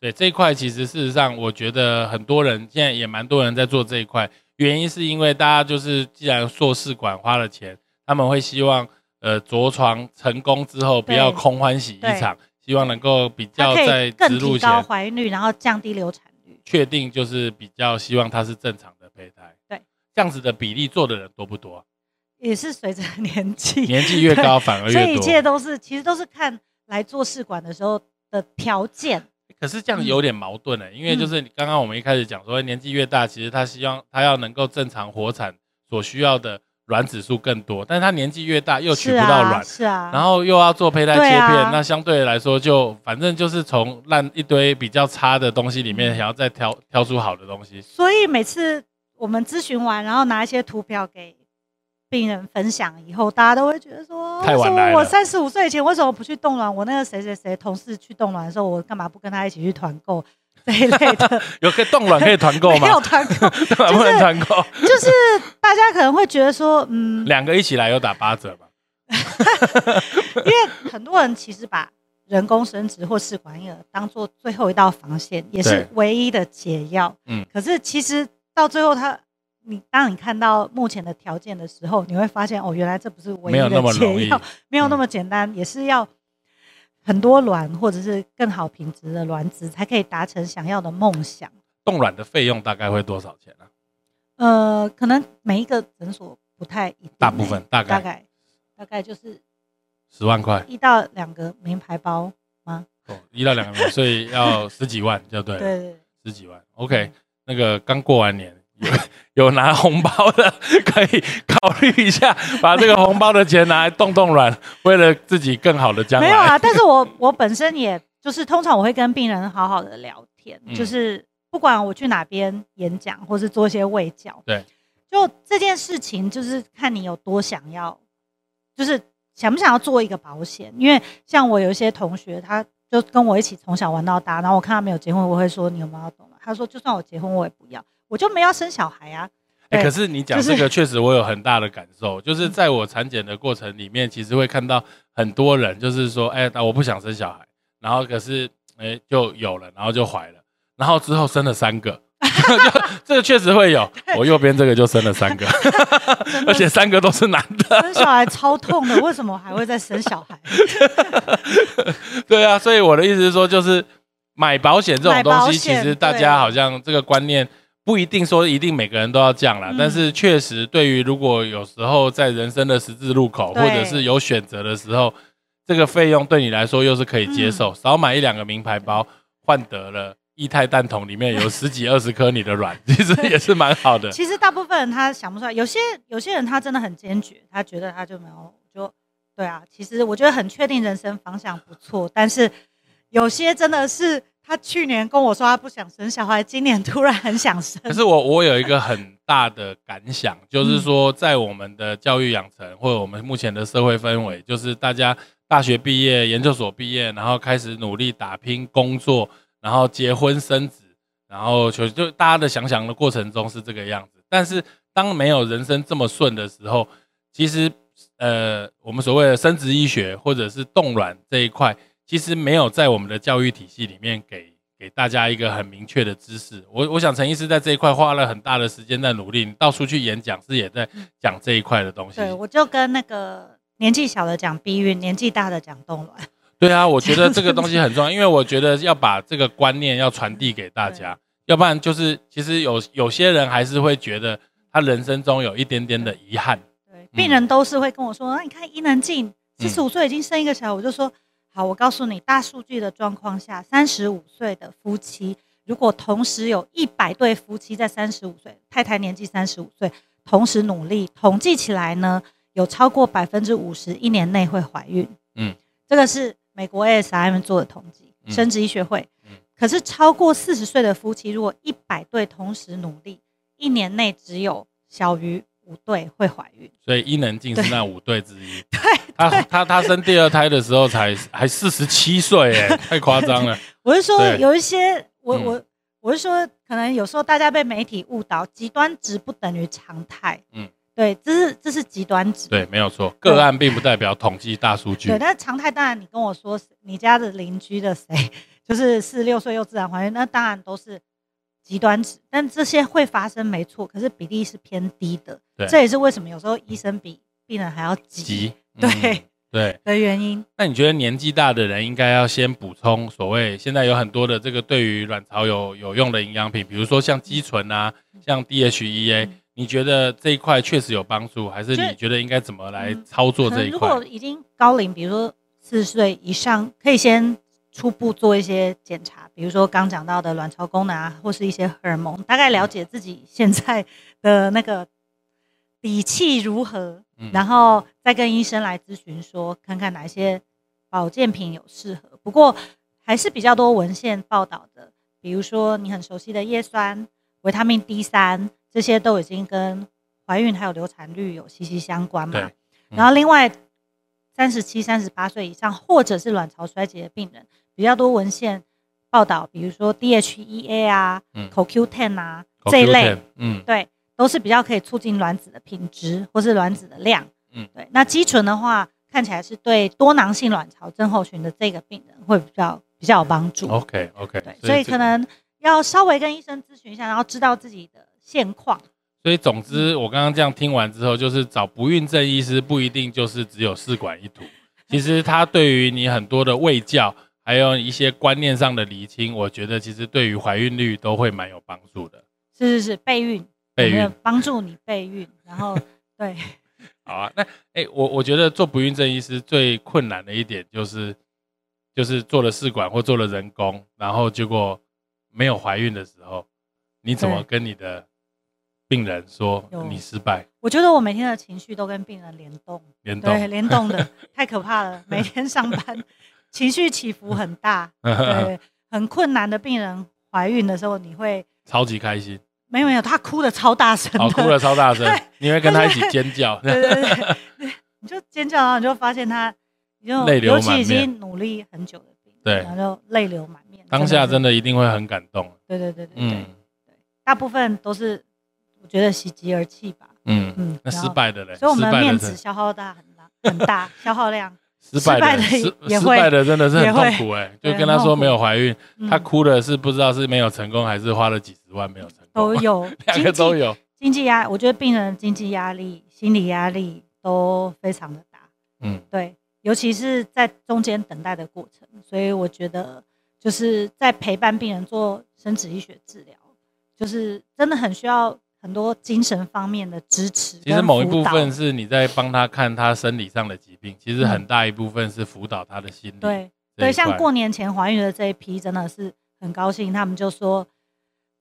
Speaker 1: 对这一块，其实事实上，我觉得很多人现在也蛮多人在做这一块，原因是因为大家就是既然硕士馆花了钱，他们会希望呃着床成功之后不
Speaker 2: 对
Speaker 1: 要空欢喜一场，希望能够比
Speaker 2: 它
Speaker 1: 较
Speaker 2: 可
Speaker 1: 在
Speaker 2: 以
Speaker 1: 植
Speaker 2: 更
Speaker 1: 入
Speaker 2: 提高
Speaker 1: 前
Speaker 2: 怀孕率，然后降低流产率。
Speaker 1: 确定就是比较希望它是正常的胚胎。
Speaker 2: 对，
Speaker 1: 这样子的比例做的人多不 多？啊
Speaker 2: 也是随着 年纪，
Speaker 1: 年纪越高反而
Speaker 2: 所以
Speaker 1: 越
Speaker 2: 一切
Speaker 1: 多，
Speaker 2: 都是其实都是看来做试管的时候的条件。
Speaker 1: 可是这样有点矛盾呢、欸因为就是
Speaker 2: 嗯
Speaker 1: 你刚刚我们一开始讲说年纪越大，其实他希望他要能够正常活产所需要的卵子数更多，但是他年纪越大又取
Speaker 2: 是
Speaker 1: 不到
Speaker 2: 啊，
Speaker 1: 卵，
Speaker 2: 是啊，
Speaker 1: 然后又要做胚胎切
Speaker 2: 对
Speaker 1: 片，
Speaker 2: 啊
Speaker 1: 那相对来说就反正就是从烂一堆比较差的东西里面，
Speaker 2: 嗯
Speaker 1: 想要再挑挑出好的东西。
Speaker 2: 所以每次我们咨询完，然后拿一些图表给病人分享以后，大家都会觉得说，
Speaker 1: 太
Speaker 2: 为
Speaker 1: 晚
Speaker 2: 什
Speaker 1: 来
Speaker 2: 么
Speaker 1: 了
Speaker 2: 我三十五岁以前为什么不去冻卵？我那个谁谁谁同事去冻卵的时候，我干嘛不跟他一起去团购 这一类 的？
Speaker 1: 有可以冻卵可以团购
Speaker 2: 没有
Speaker 1: 吗？
Speaker 2: 团购，
Speaker 1: 当然不能团购，
Speaker 2: 就是大家可能会觉得说，嗯，
Speaker 1: 两个一起来有打八折吧？
Speaker 2: 因为很多人其实把人工生殖或试管婴儿当做最后一道防线，也是
Speaker 1: 对
Speaker 2: 唯一的解药。
Speaker 1: 嗯
Speaker 2: 嗯，可是其实到最后他，你当你看到目前的条件的时候，你会发现哦，原来这不是唯
Speaker 1: 没有
Speaker 2: 一
Speaker 1: 那么
Speaker 2: 的
Speaker 1: 容
Speaker 2: 解
Speaker 1: 易嗯
Speaker 2: 药，，没有那么简单，也是要很多卵或者是更好品质的卵子才可以达成想要的梦想。
Speaker 1: 冻卵的费用大概会多少钱呢、啊
Speaker 2: 呃，可能每一个诊所不太一定欸，
Speaker 1: 大部分大概
Speaker 2: 大概大概就是
Speaker 1: 十万块，
Speaker 2: 一到两个名牌包。
Speaker 1: 哦，一到两个月，所以要十几万，就对了。
Speaker 2: 对对对。
Speaker 1: 十几万。OK，那
Speaker 2: 嗯
Speaker 1: 个刚过完年有有 拿红包的，可以考虑一下，把这个红包的钱拿来动动软，为了自己更好的将
Speaker 2: 没有
Speaker 1: 来。
Speaker 2: 啊，但是我 我本身也就是通常我会跟病人好好的聊天，
Speaker 1: 嗯
Speaker 2: 就是不管我去哪边演讲或是做一些卫教，
Speaker 1: 对，
Speaker 2: 就这件事情就是看你有多想要，就是想不想要做一个保险，因为像我有一些同学，他就跟我一起从小玩到大，然后我看他没有结婚，我会说你有没有要懂了？他说就算我结婚我也不要，我就没有要生小孩啊，
Speaker 1: 哎、
Speaker 2: 对嗯
Speaker 1: 可是你讲这个确实我有很大的感受，就是在我产检的过程里面，其实会看到很多人就是说，哎、那我不想生小孩，然后可是哎、就有了，然后就怀了，然后之后生了三个。 就这个确实会 有，我右边这个就生了三个，
Speaker 2: 真
Speaker 1: 而
Speaker 2: 的
Speaker 1: 且
Speaker 2: 是
Speaker 1: 三个都是男的。
Speaker 2: 生小孩超痛的，为什么还会再生小孩？
Speaker 1: 对啊，所以我的意思是说，就是买保险这种
Speaker 2: 买
Speaker 1: 东
Speaker 2: 保
Speaker 1: 西，其
Speaker 2: 险
Speaker 1: 实大
Speaker 2: 对
Speaker 1: 家
Speaker 2: 啊
Speaker 1: 好像这个观念不一定说一定每个人都要这样啦。
Speaker 2: 嗯
Speaker 1: 但是确实，对于如果有时候在人生的十字路口，或
Speaker 2: 对
Speaker 1: 者是有选择的时候，这个费用对你来说又是可以接
Speaker 2: 嗯
Speaker 1: 受，少买一两个名牌包，换得了。液态蛋筒里面有十几二十颗你的卵，其实也是蛮好的。
Speaker 2: 其实大部分人他想不出来，有些有些人他真的很坚决，他觉得他就没有就对啊。其实我觉得很确定人生方向不错，但是有些真的是他去年跟我说他不想生小孩，今年突然很想生
Speaker 1: 可。是我我有一个很大的感想，就是说，在我们的教育养成或者我们目前的社会氛围，就是大家大学毕业、研究所毕业，然后开始努力打拼工作，然后结婚生子，然后求就大家的想想的过程中是这个样子。但是当没有人生这么顺的时候，其实呃，我们所谓的生殖医学或者是冻卵这一块，其实没有在我们的教育体系里面给给大家一个很明确的知识。我我想陈医师在这一块花了很大的时间在努力，你到处去演讲是也在讲这一块的东西。
Speaker 2: 对，我就跟那个年纪小的讲避孕，年纪大的讲冻卵。
Speaker 1: 对啊，我觉得这个东西很重要，因为我觉得要把这个观念要传递给大家，要不然就是其实有有些人还是会觉得他人生中有一点点的遗憾。
Speaker 2: 对，病人都是会跟我说，啊那、你看伊能静
Speaker 1: 嗯
Speaker 2: 四十五岁已经生一个小孩，我就说好，我告诉你，大数据的状况下，三十五岁的夫妻，如果同时有一百对夫妻在三十五岁，太太年纪三十五岁，同时努力，统计起来呢，有超过百分之五十一年内会怀孕。
Speaker 1: 嗯，
Speaker 2: 这个是美国 ASIM 做的统计，
Speaker 1: 嗯
Speaker 2: 生殖医学会。
Speaker 1: 嗯
Speaker 2: 可是超过四十岁的夫妻，如果一百对同时努力，一年内只有小于五对会怀孕。
Speaker 1: 所以伊能静是那五对之一。
Speaker 2: 对，
Speaker 1: 她她她生第二胎的时候才还四十七岁，哎，太夸张 了。
Speaker 2: 我是说
Speaker 1: 对
Speaker 2: 有一些，我
Speaker 1: 嗯
Speaker 2: 我我是说，可能有时候大家被媒体误导，极端值不等于常态。
Speaker 1: 嗯
Speaker 2: 嗯，对，这是这是极端值。
Speaker 1: 对，没有错，个案并不代表统计大数据
Speaker 2: 对，。但是常态当然，你跟我说你家的邻居的谁， 就是四十六岁又自然怀孕，那当然都是极端值，但这些会发生没错，可是比例是偏低的
Speaker 1: 对。
Speaker 2: 这也是为什么有时候医生比病人还要急
Speaker 1: 急，
Speaker 2: 对
Speaker 1: 嗯对。
Speaker 2: 的原因。
Speaker 1: 那你觉得年纪大的人应该要先补充所谓现在有很多的这个对于卵巢有有用的营养品，比如说像肌醇啊，像 DHEA，、
Speaker 2: 嗯
Speaker 1: 你觉得这一块确实有帮助，还是
Speaker 2: 就
Speaker 1: 你觉得应该怎么来
Speaker 2: 嗯
Speaker 1: 操作
Speaker 2: 可
Speaker 1: 这
Speaker 2: 能
Speaker 1: 一
Speaker 2: 如
Speaker 1: 块？
Speaker 2: 果已经高龄，比如说四十岁以上，可以先初步做一些检查，比如说刚讲到的卵巢功能啊，或是一些荷尔蒙，大概了解自己现在的那个底气如何，
Speaker 1: 嗯
Speaker 2: 然后再跟医生来咨询说，看看哪一些保健品有适合。不过还是比较多文献报道的，比如说你很熟悉的叶酸、维他命 D 三，这些都已经跟怀孕还有流产率有息息相关嘛
Speaker 1: 对。嗯
Speaker 2: 然后另外，三十七、三十八岁以上或者是卵巢衰竭的病人，比较多文献报道，比如说 DHEA 啊、
Speaker 1: 嗯
Speaker 2: CoQ10 啊这一
Speaker 1: CoQ10
Speaker 2: 类，，
Speaker 1: 嗯
Speaker 2: 对，都是比较可以促进卵子的品质或是卵子的量。
Speaker 1: 嗯
Speaker 2: 嗯，对。那肌醇的话，看起来是对多囊性卵巢症候群的这个病人会比较比较有帮助。
Speaker 1: ，OK OK，
Speaker 2: 对，所以可能要稍微跟医生咨询一下，然后知道自己的现况。
Speaker 1: 所以总之，我刚刚这样听完之后，就是找不孕症医师不一定就是只有试管一图，其实他对于你很多的卫教，还有一些观念上的厘清，我觉得其实对于怀孕率都会蛮有帮助的。
Speaker 2: 是是是，备孕，
Speaker 1: 备
Speaker 2: 有没有
Speaker 1: 孕
Speaker 2: 帮助你备孕，然后对。
Speaker 1: 好啊，那哎、我我觉得做不孕症医师最困难的一点就是，就是做了试管或做了人工，然后结果没有怀孕的时候，你怎么
Speaker 2: 对
Speaker 1: 跟你的病人说
Speaker 2: 有
Speaker 1: 你失败
Speaker 2: 我觉得我每天的情绪都跟病人联动，
Speaker 1: 联动？
Speaker 2: 对，联动的太可怕了。每天上班情绪起伏很大，对，很困难的病人怀孕的时候，你会
Speaker 1: 超级开心。
Speaker 2: 没有没有，他哭的超大声 的，
Speaker 1: 哦，哭了超大声
Speaker 2: 对，
Speaker 1: 你会跟他一起尖叫。
Speaker 2: 对对对对，你就尖叫，然后你就发现他，你就
Speaker 1: 泪流
Speaker 2: 尤
Speaker 1: 满面
Speaker 2: 其已经努力很久的病人，
Speaker 1: 对
Speaker 2: 然后就泪流满面。
Speaker 1: 当下真
Speaker 2: 的
Speaker 1: 的一定会很感动。啊
Speaker 2: 是，对对对对对
Speaker 1: 嗯，
Speaker 2: 大部分都是我觉得喜极而泣吧，
Speaker 1: 嗯，
Speaker 2: 嗯，
Speaker 1: 那
Speaker 2: 然
Speaker 1: 失
Speaker 2: 后，
Speaker 1: 败的嘞，
Speaker 2: 所以我们
Speaker 1: 失败
Speaker 2: 的
Speaker 1: 的
Speaker 2: 面
Speaker 1: 真
Speaker 2: 子消耗大很大很大，消耗量。
Speaker 1: 失败的
Speaker 2: 失败的
Speaker 1: 失
Speaker 2: 也
Speaker 1: 失
Speaker 2: 会
Speaker 1: 败的真的是很
Speaker 2: 也会
Speaker 1: 痛苦哎，就
Speaker 2: 对
Speaker 1: 跟他
Speaker 2: 很
Speaker 1: 说
Speaker 2: 痛苦
Speaker 1: 没有怀孕，
Speaker 2: 嗯
Speaker 1: 他哭的是不知道是没有成功还是花了几十万没有成
Speaker 2: 都
Speaker 1: 功，，
Speaker 2: 有
Speaker 1: 两个
Speaker 2: 经济
Speaker 1: 都有。
Speaker 2: 经济压，我觉得病人的经济压力、心理压力都非常的大，
Speaker 1: 嗯，
Speaker 2: 对，尤其是在中间等待的过程，所以我觉得就是在陪伴病人做生殖医学治疗，就是真的很需要很多精神方面的支持
Speaker 1: 其实
Speaker 2: 跟辅导。
Speaker 1: 某一部分是你在帮他看他生理上的疾病，其实
Speaker 2: 嗯
Speaker 1: 很大一部分是辅导他的心理。
Speaker 2: 对
Speaker 1: 这一
Speaker 2: 对，像
Speaker 1: 块
Speaker 2: 过年前怀孕的这一批真的是很高兴，他们就说。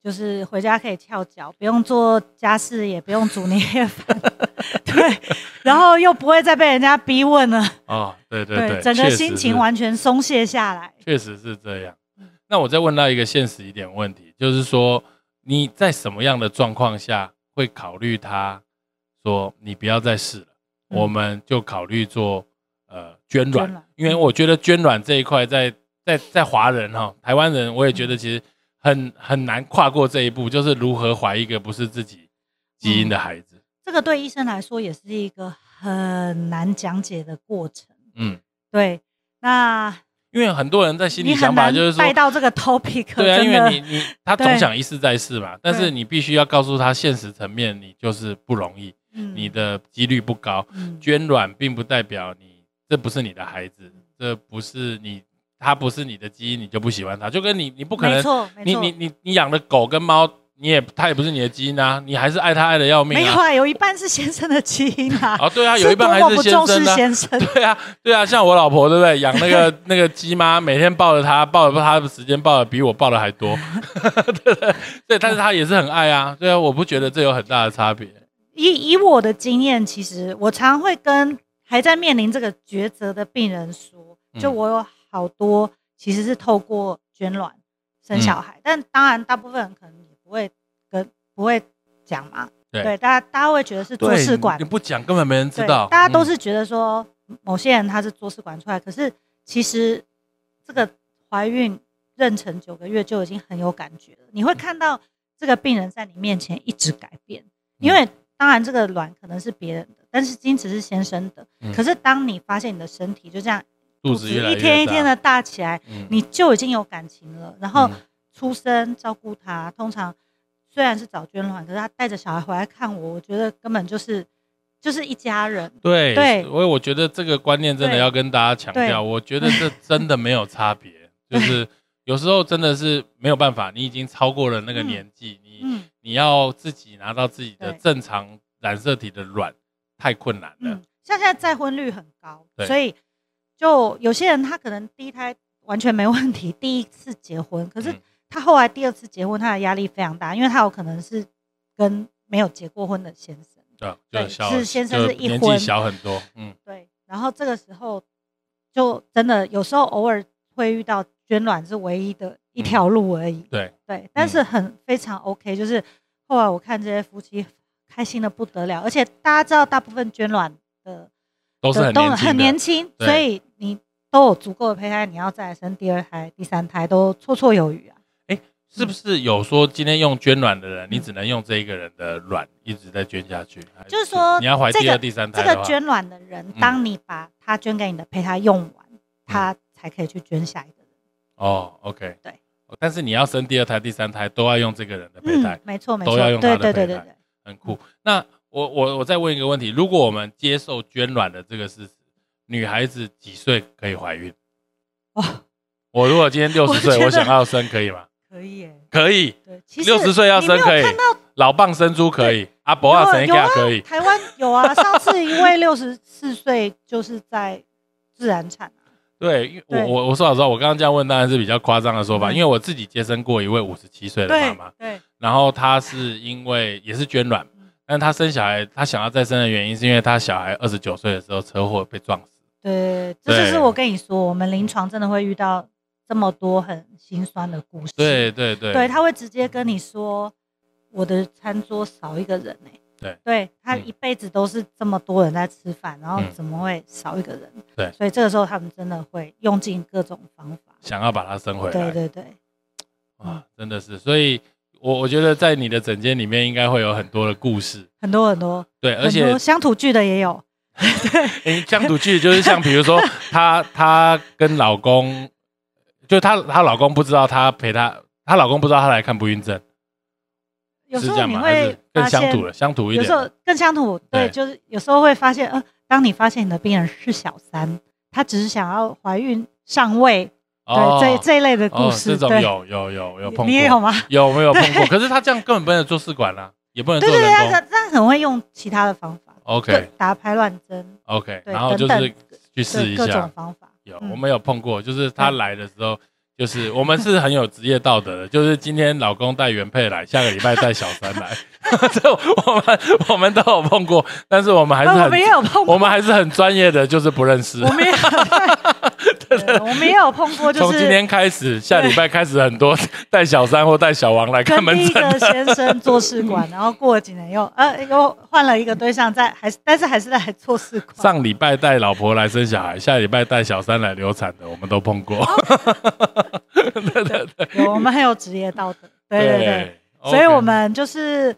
Speaker 2: 就是回家可以翘脚，不用做家事，也不用煮年夜 饭，对，然后又不会再被人家逼问了，
Speaker 1: 哦，对对对，
Speaker 2: 整
Speaker 1: 确
Speaker 2: 个
Speaker 1: 实
Speaker 2: 心
Speaker 1: 是
Speaker 2: 情完全松懈下来。
Speaker 1: 确实是这样
Speaker 2: 嗯。
Speaker 1: 那我再问到一个现实一点的问题，就是说你在什么样的状况下会考虑他说你不要再试了，
Speaker 2: 嗯
Speaker 1: 我们就考虑做呃捐
Speaker 2: 捐
Speaker 1: 卵
Speaker 2: 卵，嗯
Speaker 1: 因为我觉得捐卵这一块在在在华人哈、台湾人，我也觉
Speaker 2: 嗯
Speaker 1: 得其实很很难跨过这一步，就是如何怀一个不是自己基
Speaker 2: 嗯
Speaker 1: 因的孩子。
Speaker 2: 这个对医生来说也是一个很难讲解的过程。
Speaker 1: 嗯，
Speaker 2: 对，那
Speaker 1: 因为很多人在心里
Speaker 2: 你很
Speaker 1: 想法
Speaker 2: 难
Speaker 1: 就是说
Speaker 2: 带。到这个 topic，
Speaker 1: 对啊，因
Speaker 2: 真
Speaker 1: 为
Speaker 2: 的
Speaker 1: 你 你他
Speaker 2: 对
Speaker 1: 总想一试再试嘛，但是
Speaker 2: 对
Speaker 1: 你必须要告诉他现实层面，你就是不容易，
Speaker 2: 嗯
Speaker 1: 你的几率不高。
Speaker 2: 嗯
Speaker 1: 捐卵并不代表你这不是你的孩子，这不是你，他不是你的基因，你就不喜欢他，就跟你你不可
Speaker 2: 没
Speaker 1: 能，
Speaker 2: 错，没
Speaker 1: 你
Speaker 2: 错
Speaker 1: 你你你养的狗跟猫，你也它也不是你的基因啊，你还是爱它爱的要命
Speaker 2: 没有
Speaker 1: 啊。
Speaker 2: 啊，有一半是先生的基因啊，
Speaker 1: 哦，对啊，
Speaker 2: 是
Speaker 1: 有一半
Speaker 2: 多
Speaker 1: 还
Speaker 2: 么
Speaker 1: 是
Speaker 2: 不
Speaker 1: 先
Speaker 2: 重
Speaker 1: 生
Speaker 2: 视
Speaker 1: 的啊、
Speaker 2: 先生，
Speaker 1: 对啊，对啊，像我老婆对不对？养那个那个鸡妈，每天抱着它，抱着它的时间抱的比我抱的还多， 对不对？对，但是它也是很爱啊，对啊，我不觉得这有很大的差别。
Speaker 2: 以以我的经验，其实我常会跟还在面临这个抉择的病人说，
Speaker 1: 嗯
Speaker 2: 就我有好多其实是透过捐卵
Speaker 1: 嗯
Speaker 2: 生小孩，但当然大部分人可能也不会跟不会讲嘛，
Speaker 1: 对
Speaker 2: 大家大家会觉得是做试管
Speaker 1: 你，不讲根本没人知
Speaker 2: 对，
Speaker 1: 道，
Speaker 2: 大家都
Speaker 1: 嗯
Speaker 2: 是觉得说某些人他是做试管出来，可是其实这个怀孕妊娠九个月就已经很有感觉了，你会看到这个病人在你面前一直改变。
Speaker 1: 嗯
Speaker 2: 因为当然这个卵可能是别人的，但是精子是先生的。
Speaker 1: 嗯
Speaker 2: 可是当你发现你的身体就这样
Speaker 1: 肚
Speaker 2: 肚
Speaker 1: 子
Speaker 2: 子
Speaker 1: 越来
Speaker 2: 一
Speaker 1: 越
Speaker 2: 天一天
Speaker 1: 大，
Speaker 2: 的大起来，
Speaker 1: 嗯
Speaker 2: 你就已经有感情了。然后
Speaker 1: 嗯
Speaker 2: 出生照顾他，通常虽然是早捐卵，可是他带着小孩回来看我，我觉得根本就是就是一家人。
Speaker 1: 对
Speaker 2: 对
Speaker 1: 所以我觉得这个观念真的
Speaker 2: 对
Speaker 1: 要跟大家强
Speaker 2: 对
Speaker 1: 调，我觉得这真的没有差 别，就是有时候真的是没有办法，你已经超过了那个
Speaker 2: 嗯
Speaker 1: 年纪，你
Speaker 2: 嗯
Speaker 1: 你要自己拿到自己的
Speaker 2: 对
Speaker 1: 正常染色体的卵，太困难了
Speaker 2: 嗯。，像现在再婚率很高
Speaker 1: 啊对，
Speaker 2: 所以就有些人他可能第一胎完全没问题，第一次结婚，可是
Speaker 1: 嗯
Speaker 2: 他后来第二次结婚，他的压力非常大，因为他有可能是跟没有结过婚的先生。
Speaker 1: 对吧，
Speaker 2: 对
Speaker 1: 啊就小
Speaker 2: 是先生
Speaker 1: 就是
Speaker 2: 一
Speaker 1: 年纪
Speaker 2: 婚
Speaker 1: 小很多，嗯，
Speaker 2: 对，然后这个时候就真的有时候偶尔会遇到捐卵是唯一的
Speaker 1: 嗯
Speaker 2: 一条路而已。
Speaker 1: 对，
Speaker 2: 对，但
Speaker 1: 嗯
Speaker 2: 是很非常 OK，就是后来我看这些夫妻开心的不得了，而且大家知道大部分捐卵的
Speaker 1: 都是很
Speaker 2: 都
Speaker 1: 年轻的，
Speaker 2: 很年轻，
Speaker 1: 对
Speaker 2: 所以你都有足够的胚胎，你要再生第二胎、第三胎都绰绰有余啊。
Speaker 1: 是不是有说今天用捐卵的人，你
Speaker 2: 嗯
Speaker 1: 只能用这一个人的卵一直在捐下去？还
Speaker 2: 就是说
Speaker 1: 你要怀
Speaker 2: 这
Speaker 1: 第二、
Speaker 2: 个
Speaker 1: 第三胎
Speaker 2: 这
Speaker 1: 的
Speaker 2: 个
Speaker 1: 话，
Speaker 2: 捐卵的人，
Speaker 1: 嗯
Speaker 2: 当你把他捐给你的胚胎用完，他才可以去捐下一个人。
Speaker 1: 哦，OK，
Speaker 2: 对
Speaker 1: 哦，但是你要生第二胎、第三胎都要用这个人的胚胎
Speaker 2: 嗯，，没错没
Speaker 1: 都
Speaker 2: 错，
Speaker 1: 要用
Speaker 2: 对
Speaker 1: 他的
Speaker 2: 对对
Speaker 1: 胚
Speaker 2: 对
Speaker 1: 胎
Speaker 2: 对。
Speaker 1: 很酷。那我我我再问一个问题：如果我们接受捐卵的这个事实，女孩子几岁可以怀孕？
Speaker 2: 哦，
Speaker 1: 我如果今天六十
Speaker 2: 我
Speaker 1: 岁，
Speaker 2: 觉得
Speaker 1: 我想要生可以吗？
Speaker 2: 可以耶，
Speaker 1: 可以，
Speaker 2: 对，其实
Speaker 1: 60岁要生可以
Speaker 2: 你没有看到
Speaker 1: 老蚌生珠可以，阿伯啊
Speaker 2: 有啊
Speaker 1: 生一
Speaker 2: 有
Speaker 1: 下
Speaker 2: 啊
Speaker 1: 可以。
Speaker 2: 台湾 有啊，上次一位六十四岁就是在自然产啊，
Speaker 1: 对，因为我
Speaker 2: 对
Speaker 1: 我我说老实话，我刚刚这样问当然是比较夸张的说法，
Speaker 2: 嗯
Speaker 1: 因为我自己接生过一位五十七岁的妈
Speaker 2: 对
Speaker 1: 妈，
Speaker 2: 对，
Speaker 1: 然后她是因为也是捐卵，
Speaker 2: 嗯
Speaker 1: 但她生小孩，她想要再生的原因是因为她小孩二十九岁的时候车祸被撞死。
Speaker 2: 对，这就
Speaker 1: 对
Speaker 2: 是我跟你说，我们临床真的会遇到这么多很心酸的故事。
Speaker 1: 对对对，
Speaker 2: 对，他会直接跟你说，我的餐桌少一个人哎、
Speaker 1: 对
Speaker 2: 对他
Speaker 1: 嗯
Speaker 2: 一辈子都是这么多人在吃饭，然后
Speaker 1: 嗯
Speaker 2: 怎么会少一个人？
Speaker 1: 对
Speaker 2: 所以这个时候他们真的会用尽各种方法。
Speaker 1: 想要把她生回来。
Speaker 2: 对对对，
Speaker 1: 啊，真的是，所以我我觉得在你的诊间里面应该会有很多的故事，
Speaker 2: 很多很多，
Speaker 1: 对，而
Speaker 2: 很
Speaker 1: 且
Speaker 2: 多乡土剧的也有。
Speaker 1: 诶乡土剧就是像比如 说她她跟老公，就她她老公不知道她陪她，她老公不知道她来看不孕症，
Speaker 2: 有
Speaker 1: 是
Speaker 2: 时
Speaker 1: 这
Speaker 2: 候
Speaker 1: 样
Speaker 2: 你
Speaker 1: 吗？还
Speaker 2: 会
Speaker 1: 是更
Speaker 2: 发
Speaker 1: 乡
Speaker 2: 现，
Speaker 1: 土了，乡土一
Speaker 2: 有
Speaker 1: 点
Speaker 2: 时候
Speaker 1: 的，
Speaker 2: 更乡土，
Speaker 1: 对
Speaker 2: 对，就是有时候会发现，呃，当你发现你的病人是小三，他只是想要怀孕上位，
Speaker 1: 哦
Speaker 2: 对这这一类的故
Speaker 1: 哦，
Speaker 2: 事，
Speaker 1: 这种
Speaker 2: 对，
Speaker 1: 有有有有碰过，
Speaker 2: 你也有吗？
Speaker 1: 有没有碰 过？
Speaker 2: 对
Speaker 1: 可是她这样根本不能做试管啦，也不能
Speaker 2: 对
Speaker 1: 做
Speaker 2: 对对，
Speaker 1: 人
Speaker 2: 他
Speaker 1: 工。
Speaker 2: 他很会用其他的方法，
Speaker 1: OK
Speaker 2: 就打排卵针，
Speaker 1: OK，
Speaker 2: 对
Speaker 1: 然后就
Speaker 2: 等
Speaker 1: 是
Speaker 2: 等
Speaker 1: 去试
Speaker 2: 对
Speaker 1: 一
Speaker 2: 各
Speaker 1: 下
Speaker 2: 种，方法。
Speaker 1: 有，
Speaker 2: 嗯
Speaker 1: 我们有碰过，就是他
Speaker 2: 嗯
Speaker 1: 来的时候， 就是我们是很有职业道德的，就是今天老公带原配来，下个礼拜带小三来， 这我们我们都有碰过，但是我们还是
Speaker 2: 呃我
Speaker 1: 很
Speaker 2: 们也有碰过，
Speaker 1: 我们还是很专业的，就是不认识
Speaker 2: 我。们也有 对，我们也有碰过，就
Speaker 1: 从
Speaker 2: 是
Speaker 1: 今天开始，下礼拜开始，很多带小三或带小王来看
Speaker 2: 跟
Speaker 1: 门
Speaker 2: 第一
Speaker 1: 诊的。
Speaker 2: 个先生做试 管，然后过了几年又呃又换了一个对象，在还是但是还是在做试管。
Speaker 1: 上礼拜带老婆来生小孩，下礼拜带小三来流产的，我们都碰过。
Speaker 2: 哦
Speaker 1: 对对对
Speaker 2: 有我们很有职业道 德，对对对，
Speaker 1: OK
Speaker 2: 所以我们就是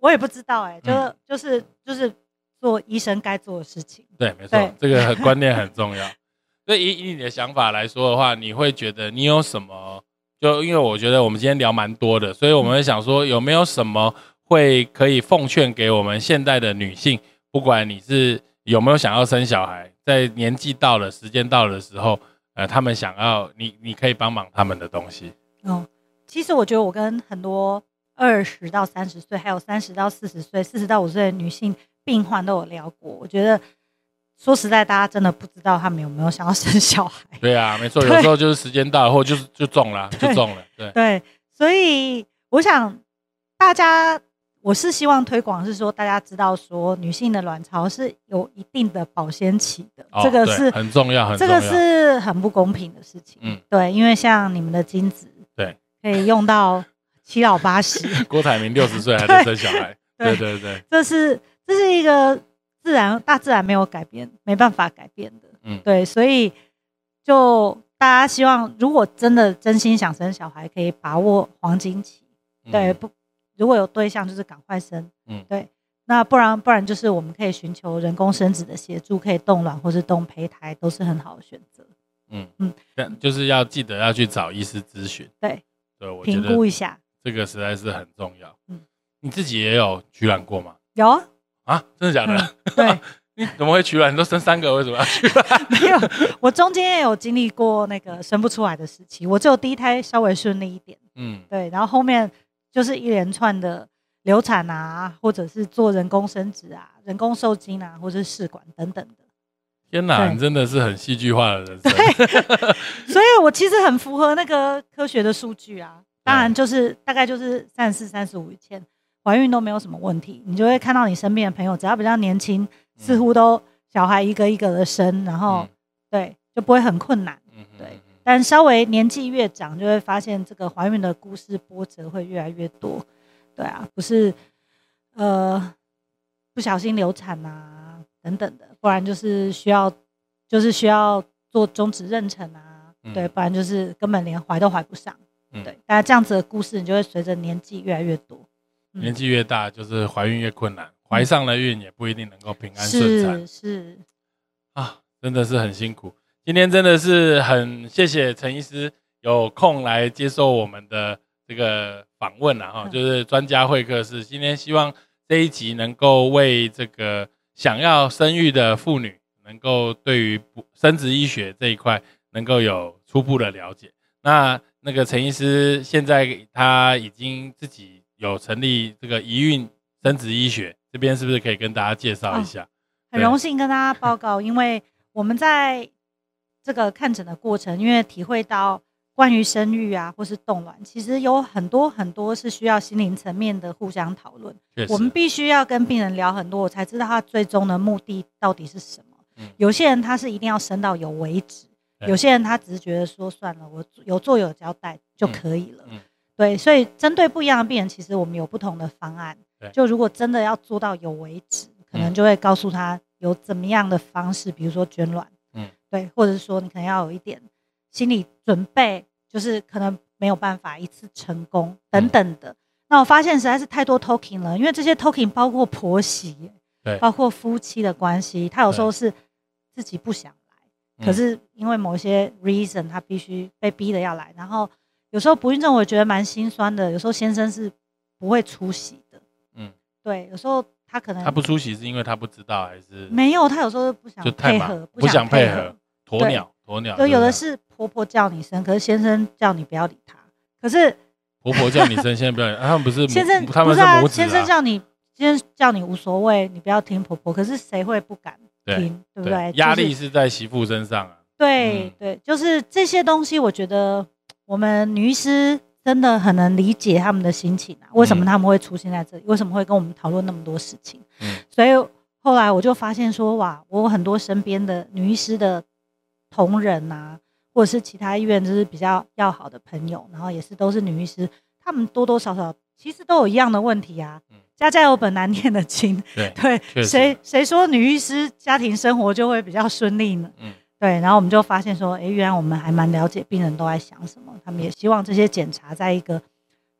Speaker 2: 我也不知道哎、
Speaker 1: 嗯
Speaker 2: 就就是就是做医生该做的事情。
Speaker 1: 对没错
Speaker 2: 对，
Speaker 1: 这个 很观念很重要。所以以以你的想法来说的话，你会觉得你有什么？就因为我觉得我们今天聊蛮多的，所以我们会想说有没有什么会可以奉劝给我们现代的女性，不管你是有没有想要生小孩，在年纪到了、时间到了的时候，呃，他们想要你，你可以帮忙他们的东西。
Speaker 2: 嗯，其实我觉得我跟很多二十到三十岁，还有三十到四十岁、四十到五岁的女性病患都有聊过。我觉得说实在，大家真的不知道他们有没有想要生小孩。
Speaker 1: 对啊，没错，
Speaker 2: 对
Speaker 1: 有时候就是时间到了，或者就是就中了，就中了。对，
Speaker 2: 对，所以我想大家，我是希望推广是说，大家知道说女性的卵巢是有一定的保鲜期的，
Speaker 1: 哦
Speaker 2: 这个
Speaker 1: 对
Speaker 2: 是
Speaker 1: 很重要，很
Speaker 2: 这
Speaker 1: 重要。
Speaker 2: 个是很不公平的事情。
Speaker 1: 嗯
Speaker 2: 对，因为像你们的精子，
Speaker 1: 对，
Speaker 2: 可以用到七老八十，
Speaker 1: 郭台铭六十岁还在生小孩，对
Speaker 2: 对
Speaker 1: 对对，
Speaker 2: 这是这是一个自然大自然没有改变，没办法改变的。
Speaker 1: 嗯
Speaker 2: 对，所以就大家希望，如果真的真心想生小孩，可以把握黄金期。
Speaker 1: 嗯
Speaker 2: 对，不，如果有对象就是赶快生，
Speaker 1: 嗯
Speaker 2: 嗯，对，那不然不然就是我们可以寻求人工生殖的协助，可以冻卵或是冻胚胎，都是很好的选择。
Speaker 1: 嗯嗯
Speaker 2: 嗯，
Speaker 1: 但就是要记得要去找医师咨询。
Speaker 2: 对，
Speaker 1: 对我觉
Speaker 2: 评
Speaker 1: 得
Speaker 2: 估一下，
Speaker 1: 这个实在是很重要。嗯
Speaker 2: 嗯，
Speaker 1: 你自己也有取卵过吗？
Speaker 2: 有啊，
Speaker 1: 啊，真的假的？
Speaker 2: 对，
Speaker 1: 你 怎么会取卵？你都生三个，为什么要 取？
Speaker 2: 没有，我中间也有经历过那个生不出来的时期，我只有第一胎稍微顺利一点，
Speaker 1: 嗯，
Speaker 2: 对，然后后面就是一连串的流产啊，或者是做人工生殖啊、人工受精啊，或者是试管等等的，
Speaker 1: 天哪，
Speaker 2: 对
Speaker 1: 你真的是很戏剧化的人生。嗯
Speaker 2: 所以我其实很符合那个科学的数据啊。当然，就是大概就是三十四、三十五以前怀孕都没有什么问题，你就会看到你身边的朋友，只要比较年轻，似乎都小孩一个一个的生，然后、对就不会很困难。
Speaker 1: 嗯，嗯
Speaker 2: 对，
Speaker 1: 嗯嗯
Speaker 2: 但稍微年纪越长，就会发现这个怀孕的故事波折会越来越多。对啊，不是呃不小心流产啊等等的，不然就是需要就是需要做终止妊娠啊，
Speaker 1: 嗯
Speaker 2: 对，不然就是根本连怀都怀不上。
Speaker 1: 嗯
Speaker 2: 对，大家这样子的故事，你就会随着年纪越来越多。嗯
Speaker 1: 年纪越大，就是怀孕越困难，怀上了孕也不一定能够平安顺产。
Speaker 2: 是是，
Speaker 1: 啊，真的是很辛苦。今天真的是很谢谢陈医师有空来接受我们的这个访问啊，哈，
Speaker 2: 嗯
Speaker 1: 就是专家会客室。今天希望这一集能够为这个想要生育的妇女，能够对于不生殖医学这一块能够有初步的了解。那那个陈医师现在他已经自己有成立这个宜孕生殖医学，这边是不是可以跟大家介绍一
Speaker 2: 哦
Speaker 1: 下？
Speaker 2: 很
Speaker 1: 对
Speaker 2: 荣幸跟大家报告，因为我们在这个看诊的过程，因为体会到关于生育啊，或是冻卵，其实有很多很多是需要心灵层面的互相讨论。
Speaker 1: 确实，
Speaker 2: 我们必须要跟病人聊很多，我才知道他最终的目的到底是什么。
Speaker 1: 嗯
Speaker 2: 有些人他是一定要生到有为止，
Speaker 1: 对
Speaker 2: 有些人他只是觉得说算了，我有做有交代就可以了。
Speaker 1: 嗯嗯
Speaker 2: 对，所以针对不一样的病人，其实我们有不同的方案
Speaker 1: 对。嗯
Speaker 2: 就如果真的要做到有为止，可能就会告诉他有怎么样的方式，比如说捐卵，
Speaker 1: 嗯
Speaker 2: 嗯，对，或者说你可能要有一点心理准备，就是可能没有办法一次成功
Speaker 1: 嗯
Speaker 2: 等等的。那我发现实在是太多 talking 了，因为这些 talking 包括婆媳，
Speaker 1: 对
Speaker 2: 包括夫妻的关系，他有时候是自己不想来，可
Speaker 1: 嗯
Speaker 2: 是因为某些 reason，他必须被逼的要来。然后有时候不孕症，我也觉得蛮心酸的。有时候先生是不会出席的，
Speaker 1: 嗯。
Speaker 2: 对，有时候他可能
Speaker 1: 他不出席是因为他不知道，还是
Speaker 2: 嗯没有，他有时候不想
Speaker 1: 就太
Speaker 2: 配
Speaker 1: 忙
Speaker 2: 合，
Speaker 1: 不想配
Speaker 2: 合
Speaker 1: 合。鸵鸟？鸵鸟
Speaker 2: 对，有的
Speaker 1: 是
Speaker 2: 是婆婆叫你生，可是先生叫你不要理他。可是
Speaker 1: 不是婆婆叫你生，现在不要 理，啊他们不是母
Speaker 2: 先生
Speaker 1: 他们
Speaker 2: 不是
Speaker 1: 母子啊
Speaker 2: 先生叫你，先生叫你无所谓，你不要听婆婆。可是谁会不敢
Speaker 1: 对
Speaker 2: 听，对不对？
Speaker 1: 压
Speaker 2: 就是
Speaker 1: 力是在媳妇身上啊。
Speaker 2: 对、
Speaker 1: 嗯
Speaker 2: 对，就是这些东西，我觉得我们女医师真的很能理解他们的心情啊，为什么
Speaker 1: 嗯
Speaker 2: 他们会出现在这里？为什么会跟我们讨论那么多事情？
Speaker 1: 嗯
Speaker 2: 所以后来我就发现说，哇，我有很多身边的女医师的同仁啊，或者是其他医院就是比较要好的朋友，然后也是都是女医师，她们多多少少其实都有一样的问题啊
Speaker 1: 嗯。
Speaker 2: 家家有本难念的经，
Speaker 1: 对确
Speaker 2: 对，
Speaker 1: 实
Speaker 2: 谁谁说女医师家庭生活就会比较顺利呢？
Speaker 1: 嗯
Speaker 2: 对，然后我们就发现说，诶，原来我们还蛮了解病人都在想什么，他们也希望这些检查在一个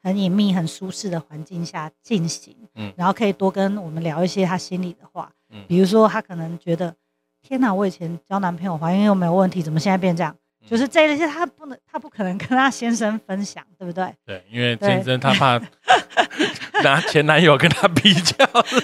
Speaker 2: 很隐秘、很舒适的环境下进行，
Speaker 1: 嗯
Speaker 2: 然后可以多跟我们聊一些他心里的话，
Speaker 1: 嗯
Speaker 2: 比如说他可能觉得，天哪，我以前交男朋友怀孕又没有问题，怎么现在变这样？
Speaker 1: 嗯
Speaker 2: 就是这一些他不能，他不可能跟他先生分享，对 不对？
Speaker 1: 对，因为
Speaker 2: 对
Speaker 1: 先生他 怕拿前男友跟他比较，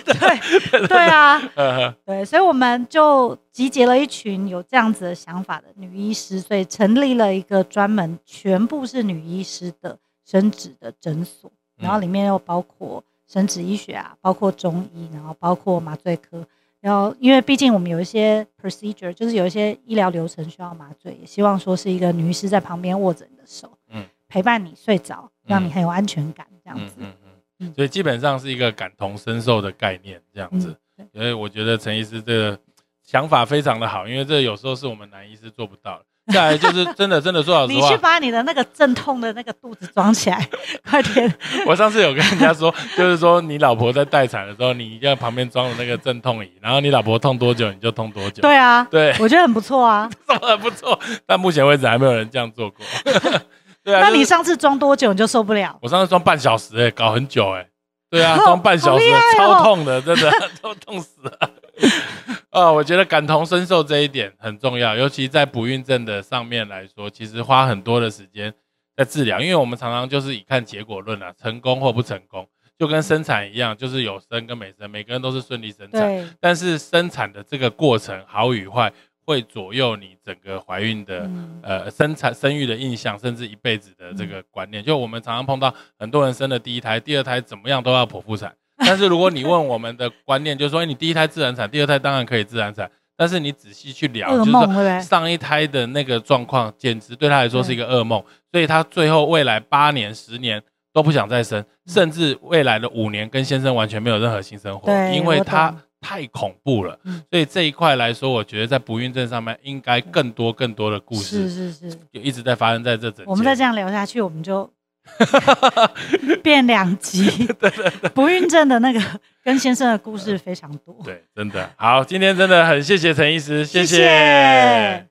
Speaker 2: 对，对啊，
Speaker 1: 呃，
Speaker 2: 对，所以我们就集结了一群有这样子的想法的女医师，所以成立了一个专门全部是女医师的生殖的诊所，
Speaker 1: 嗯
Speaker 2: 然后里面又包括生殖医学啊，包括中医，然后包括麻醉科。然后，因为毕竟我们有一些 procedure，就是有一些医疗流程需要麻醉，也希望说是一个女医师在旁边握着你的手，
Speaker 1: 嗯
Speaker 2: 陪伴你睡着，让你
Speaker 1: 嗯
Speaker 2: 很有安全感，这样
Speaker 1: 嗯
Speaker 2: 子。
Speaker 1: 嗯嗯，
Speaker 2: 嗯
Speaker 1: 所以基本上是一个感同身受的概念，这样子。
Speaker 2: 嗯
Speaker 1: 所以我觉得陈医师这个想法非常的好，因为这有时候是我们男医师做不 到的。再来就是真的真的说老实
Speaker 2: 你去
Speaker 1: 话，
Speaker 2: 把你的那个阵痛的那个肚子装起来， 快点！
Speaker 1: 我上次有跟人家说，就是说你老婆在待产的时候，你一定要旁边装了那个镇痛仪，然后你老婆痛多久你就痛多久。
Speaker 2: 对啊，
Speaker 1: 对，
Speaker 2: 我觉得很不错啊。
Speaker 1: 这么不错，但目前为止还没有人这样做过。 对啊，
Speaker 2: 那
Speaker 1: 就是
Speaker 2: 你上次装多久你就受不了？
Speaker 1: 我上次装半小时哎、搞很久哎、对啊，
Speaker 2: 好
Speaker 1: 装半小时、
Speaker 2: 好厉害哦
Speaker 1: 超痛的，真的 都痛死了。 啊，我觉得感同身受这一点很重要，尤其在不孕症的上面来说，其实花很多的时间在治疗，因为我们常常就是以看结果论啊，成功或不成功，就跟生产一样，就是有生跟没生，每个人都是顺利生产，
Speaker 2: 对，
Speaker 1: 但是生产的这个过程好与坏，会左右你整个怀孕的
Speaker 2: 嗯，
Speaker 1: 呃生产生育的印象，甚至一辈子的这个观念。就我们常常碰到很多人生了第一胎、第二胎怎么样都要剖腹产，但是如果你问我们的观念，就是说哎你第一胎自然产，第二胎当然可以自然产，但是你仔细去聊，就
Speaker 2: 噩
Speaker 1: 是
Speaker 2: 梦对
Speaker 1: 说
Speaker 2: 不对？
Speaker 1: 上一胎的那个状况，简直对他来说是一个噩梦，所以他最后未来八年、十年都不想再
Speaker 2: 嗯
Speaker 1: 生，甚至未来的五年跟先生完全没有任何性生活，
Speaker 2: 对
Speaker 1: 因为
Speaker 2: 我
Speaker 1: 他
Speaker 2: 懂
Speaker 1: 太恐怖了
Speaker 2: 嗯。
Speaker 1: 所以这一块来说，我觉得在不孕症上面应该更多更多的故事
Speaker 2: 是是是，
Speaker 1: 就一直在发生在这整间。
Speaker 2: 我们再这样聊下去，我 们就变两集。不孕症的那个跟先生的故事非常多。
Speaker 1: 对，真的好，今天真的很谢谢陈医师，谢
Speaker 2: 谢谢